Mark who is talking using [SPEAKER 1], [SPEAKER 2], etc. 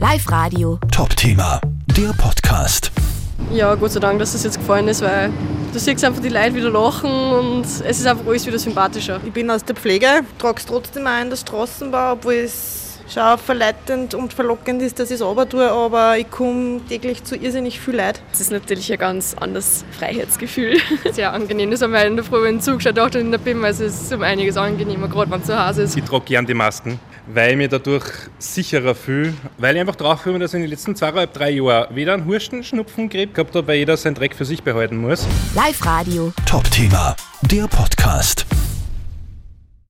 [SPEAKER 1] Live Radio.
[SPEAKER 2] Top-Thema, der Podcast.
[SPEAKER 3] Ja, Gott sei Dank, dass das jetzt gefallen ist, weil du siehst einfach die Leute wieder lachen und es ist einfach alles wieder sympathischer.
[SPEAKER 4] Ich bin aus der Pflege, trage es trotzdem auch in der Straßenbau, obwohl es schon verleitend und verlockend ist, dass ich es aber tue, aber ich komme täglich zu irrsinnig viel Leid.
[SPEAKER 3] Es ist natürlich ein ganz anderes Freiheitsgefühl. Sehr angenehm. Das haben wir in der Früh in den Zug geschaut, dachte ich in der BIM, also es ist um einiges angenehmer, gerade wenn es zu Hause ist.
[SPEAKER 5] Ich trage gern die Masken, weil ich mich dadurch sicherer fühle, weil ich einfach drauf komme, dass ich in den letzten zweieinhalb, drei Jahren weder einen Husten, Schnupfen, Krebs gehabt habe, weil jeder seinen Dreck für sich behalten muss.
[SPEAKER 1] Live Radio.
[SPEAKER 2] Top-Thema, der Podcast.